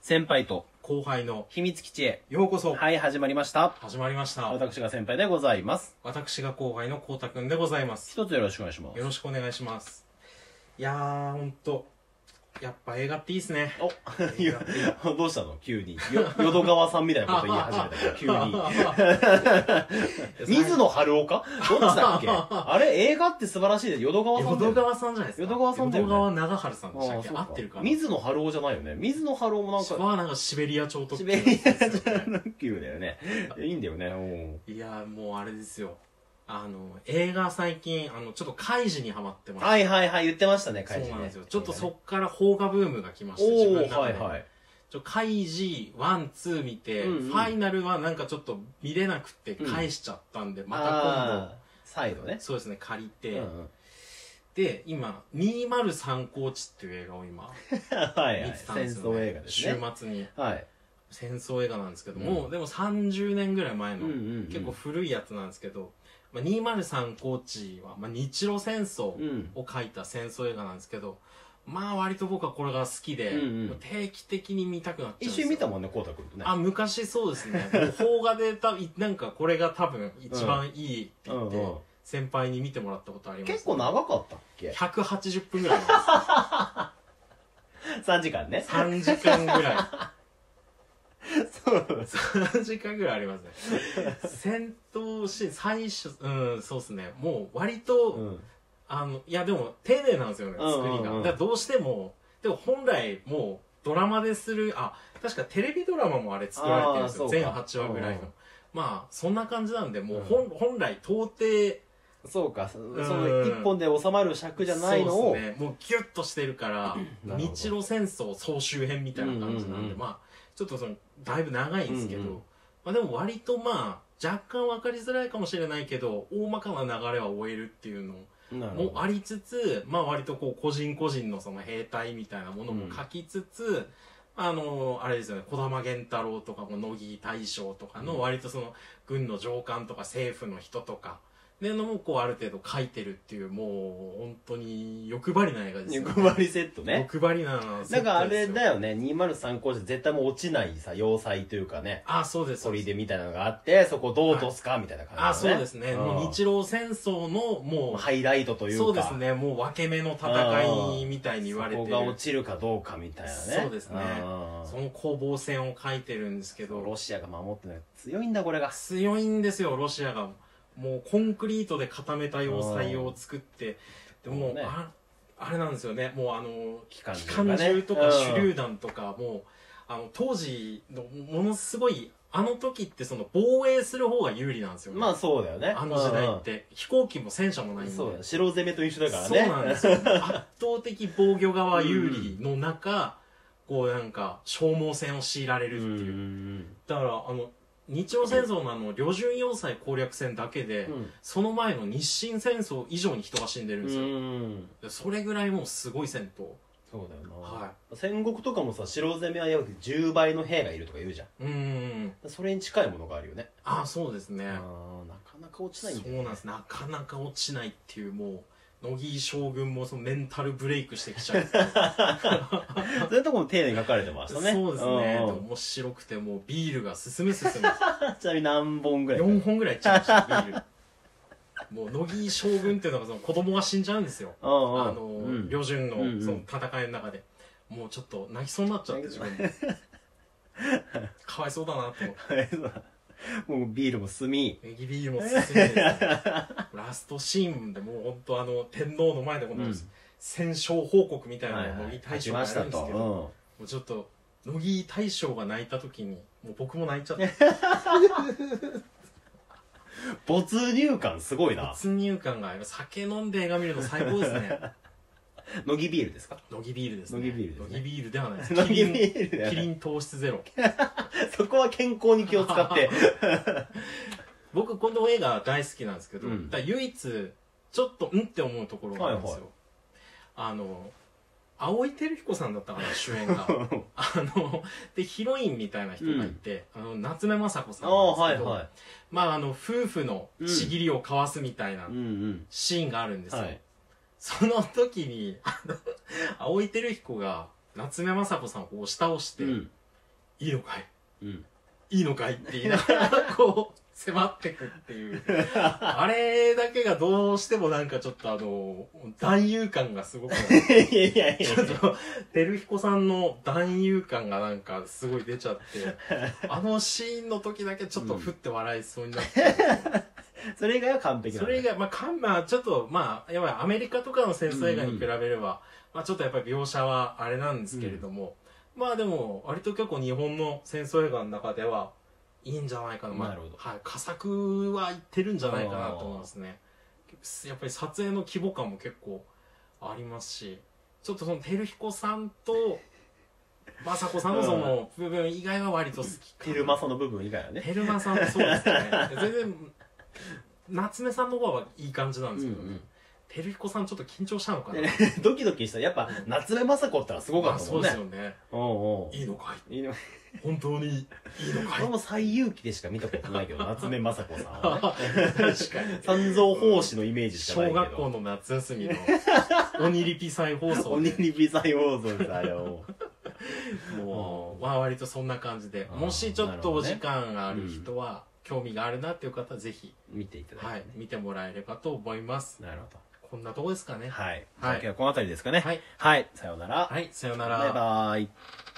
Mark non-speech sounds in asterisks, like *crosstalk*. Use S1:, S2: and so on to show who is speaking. S1: 先輩と
S2: 後輩の
S1: 秘密基地へ。
S2: ようこそ、
S1: はい、始まりました。
S2: 始まりました
S1: 私が先輩でございます。
S2: 私が後輩のこうたくんでございます
S1: 一つよろしくお願いします
S2: よ。ろしくお願いしますいやーほんとやっぱ映画っていいっすね
S1: お、 *laughs* いや *laughs* どうしたの急に。よ淀川さんみたいなこと言い始めたから、急
S2: *laughs*
S1: に。水野春岡どっちだっ
S2: *laughs*
S1: けあれ、映画って素晴らしいです。淀川さんだよ
S2: 淀
S1: ね
S2: 川さんじゃないですか
S1: 淀川さんだよね
S2: 淀川長春さんでしたっ
S1: あ
S2: け
S1: そう
S2: 合ってるかな
S1: 水野春夫じゃないよね。水野春夫もなんか、
S2: はなんかシベリア超特
S1: シ
S2: 急
S1: ベリアじゃなくて言うだよ
S2: *laughs*
S1: ね。いいんだよね。うん
S2: いやーもうあれですよあの映画最近あのちょっとカイジにハマってます
S1: はいはいはい、言ってましたね、
S2: そう
S1: 会社
S2: なん
S1: ね
S2: ですよちょっとそっから邦画ブームが来まして自
S1: お
S2: 分
S1: お
S2: の中
S1: は
S2: で
S1: いはい。
S2: ちょカイジワンツー見て、
S1: うんうん
S2: ファイナルはなんかちょっと見れなくて
S1: うん
S2: 返しちゃったんで、ま
S1: あ
S2: た
S1: あ再度
S2: 今度
S1: ね。
S2: そうですね借
S1: う
S2: り
S1: ん
S2: て、
S1: うん。 *laughs*
S2: で今203高地っていう映画を今
S1: はいは
S2: 見
S1: い。
S2: てたん
S1: 戦
S2: ですよ、
S1: 争
S2: ね
S1: 映画ですね。
S2: 週末に
S1: はい。
S2: 戦争映画なんですけど
S1: うん
S2: も、うでも30年ぐらい前の、
S1: ん
S2: 結構古いやつなんですけど、まあ、203高地は、まあ、日露戦争
S1: うん。
S2: を描いた戦争映画なんですけど、まあ割と僕はこれが好きで、
S1: うんうん
S2: もう定期的に見たくなっちゃうん
S1: 一
S2: ですよ
S1: 瞬見たもんね、こうたくんとね。
S2: あ、昔そうですね。もう邦画でた、いなんかこれが多分一番いいって言って、
S1: うんうん
S2: 先輩に見てもらったことあります、
S1: 結構長かったっけ
S2: 180分ぐらいあ
S1: ?3 時間ね。
S2: ります。3時間ぐらい。
S1: そう。
S2: 3時間ぐらいありますね。戦闘シーン、最初、うん、そうですね。もう割と、
S1: うん。
S2: あの、いやでも丁寧なんですよね、
S1: うんうん
S2: 作
S1: うん
S2: りが。だからどうしても、でも本来もうドラマでする、あ、確かテレビドラマもあれ作られてるんです
S1: あ
S2: よ。
S1: ー
S2: 全
S1: そうか
S2: 8話ぐらいの。
S1: うんうん
S2: まあ、そんな感じなんで、もう本,、本来到底、
S1: そうか、そ
S2: ん
S1: その一本で収まる尺じゃないの
S2: そう
S1: を
S2: っす。ね、もうギュッとしてるから
S1: なるほど
S2: 日露戦争総集編みたいな感じ
S1: う
S2: なんで、
S1: んうんうん
S2: まあちょっとそのだいぶ長いんですけど、
S1: うんうん
S2: まあ、でも割とまあ若干分かりづらいかもしれないけど大まかな流れは終えるっていうの
S1: なるほ
S2: も
S1: ど
S2: ありつつ、まあ割とこう個人個人のその兵隊みたいなものも書きつつ、あのあれですよね、小玉源太郎とかも乃木大将とか
S1: うん
S2: の割とその軍の上官とか政府の人とか、でのもこうある程度書いてるっていう、もう本当に欲張りな映画ですよ、
S1: 欲張りセットね。
S2: 欲張りな
S1: な
S2: セッ
S1: んかあ
S2: トで
S1: れ
S2: すよ
S1: *laughs* だよね、203校舎絶対もう落ちないさ、要塞というかね、
S2: あ、そうです。そうです
S1: 砦みたいなのがあって、そこをどう落とすかみたいな感じだよね。
S2: あ、そうですね。
S1: ん
S2: もう日露戦争のもう、
S1: ハイライトというか。
S2: そうですね。もう分け目の戦いみたいに言われて
S1: そ
S2: る。
S1: こが落ちるかどうかみたいなね。
S2: そうですね
S1: うん
S2: その攻防戦を書いてるんですけど
S1: ロシアが守ってない。強いんだ、これが。
S2: 強いんですよロシアがもうコンクリートで固めた要塞を作ってでも
S1: そうね
S2: ああれなんですよねもうあの
S1: 機関
S2: 機
S1: 銃が
S2: 関
S1: ね
S2: 銃とか
S1: うん
S2: 手榴弾とかもうあの当時のものすごいあの時ってその防衛する方が有利なんですよね、
S1: まあそうだよね。
S2: あの時代って飛行機も戦車
S1: う
S2: もなん
S1: う
S2: い
S1: んん。
S2: で
S1: そうだよ。白攻めと一緒だからね。
S2: そうなんですよ圧倒的防御側有利の中、こうなんか消耗戦を強いられ
S1: う
S2: る
S1: ん
S2: っ
S1: う
S2: て
S1: ん
S2: いう、だからあの日露戦争のあの旅順要塞攻略戦だけで、
S1: うんうん
S2: その前の日清戦争以上に人が死んでるんですよ、
S1: うん
S2: でそれぐらいもうすごい戦闘
S1: そうだよな、
S2: は
S1: 戦国とかもさ白攻めは約10倍の兵がいるとか言うじゃ
S2: うーん
S1: んそれに近いものがあるよね
S2: ああそうですね
S1: あーなかなか落ち
S2: そ
S1: ないんだ
S2: う
S1: よ
S2: なんですなかなか落ちないっていうもう乃木将軍もそのメンタルブレイクしてきちゃう
S1: そういうとこも丁寧に書かれてましたね
S2: そうですね
S1: ん
S2: でも面白くてもうビールが進む進む
S1: ちなみに何本ぐらい
S2: 4本ぐらいいっちゃいましたビールもう乃木将軍っていうのがその子供が死んじゃうんですよ
S1: うんうん
S2: あの、
S1: うん *laughs*
S2: 旅順の
S1: うんうん
S2: その戦いの中で、もうちょっと泣きそうになっちゃって自分もかわいそうだなと思って
S1: もうビールも済み
S2: ネギビールも進んでですねラストシーンでもう本当あの天皇の前でこの、
S1: うん
S2: 戦勝報告みたい
S1: は
S2: ない
S1: は
S2: のを乃
S1: い
S2: 木大
S1: 勝ち
S2: 将が
S1: ま
S2: や
S1: し
S2: る
S1: た
S2: んです
S1: と、
S2: けど、もうちょっと乃木大将が泣いた時にもう僕も泣いちゃって
S1: *laughs* うん、没入感すごいな
S2: 没入感があります酒飲んで映画見るの最高ですね
S1: *laughs* 乃木ビールですか
S2: 乃木ビールですね
S1: 乃木ビールですね
S2: 乃木ビールではないで
S1: *laughs*
S2: す
S1: 乃木
S2: キリン
S1: ビールだよ
S2: キリン糖質ゼロ
S1: そこは健康に気を使って
S2: *laughs* 僕この映画大好きなんですけど、
S1: うん
S2: だから唯一ちょっとうんって思うところがあるんですよ、あの蒼井輝彦さんだったかな主演
S1: *laughs*
S2: があのでヒロインみたいな人がいて、あの夏目雅子さんなんですけ
S1: あ
S2: ど
S1: あはいはい
S2: まああの夫婦のちぎりを交わすみたいな
S1: うんうん
S2: シーンがあるんですよ、
S1: はい
S2: その時にあの蒼井輝彦が夏目雅子さんをこう押し倒して、
S1: うん
S2: いいのかい
S1: うん。
S2: いいのかいって言いながら、こう、迫ってくっていう。あれだけがどうしてもなんかちょっとあの、男優感がすごくなって
S1: いやいやい *laughs*
S2: ちょっと、てるひこさんの男優感がなんかすごい出ちゃって、あのシーンの時だけちょっとふって笑いそうになって、
S1: や。 *laughs* それ以外は完璧な
S2: そ
S1: のね
S2: れ以外、まあ、かんまあ、ちょっと、まあ、やっぱりアメリカとかの戦争映画に比べれば、まあ、ちょっとやっぱり描写はあれなんですけれども、まあでも、割と結構日本の戦争映画の中では、いいんじゃないかな。まあ
S1: なるほど
S2: はい。佳作はいってるんじゃないかなと思いますね。やっぱり撮影の規模感も結構ありますし、ちょっとその、てるひこさんと、まさこさんのその部分以外は割と好きかな
S1: テルマサの部分以 *laughs* 外はね。
S2: ヘルマさんもそうですね全然夏目さんの方はいい感じなんですけどね、
S1: うんうん
S2: 照彦さんちょっと緊張したのか
S1: で
S2: な、
S1: ねドキドキした。やっぱ、夏目雅子ったらすごか
S2: まあ
S1: った
S2: そ
S1: もん
S2: うで
S1: ね
S2: す。よね
S1: おうおう
S2: いいのかい
S1: いいの。
S2: 本当にいいのか
S1: 俺 *laughs*
S2: い
S1: も最勇気でしか見たことないけど、夏目雅子さんは
S2: *laughs*
S1: ね。
S2: 確かに
S1: 三蔵法師のイメージしかない
S2: 小
S1: けど。
S2: 学校の夏休みの鬼リピ再放送
S1: 鬼
S2: で
S1: に微細放送です、あれを。
S2: もう、まあ、割とそんな感じで
S1: あー
S2: もしちょっとお時間が
S1: な
S2: あ
S1: る
S2: る
S1: ほどね
S2: 人は、興味があるなっていう方はぜひ、
S1: 見ていただいて。
S2: はい、見てもらえればと思います
S1: なるほ
S2: こんなとこですかね
S1: ど。はい。
S2: はい
S1: 今日はこの辺りですかね。
S2: はい。
S1: はい。さようなら。
S2: はい、さよなら
S1: バイバイ。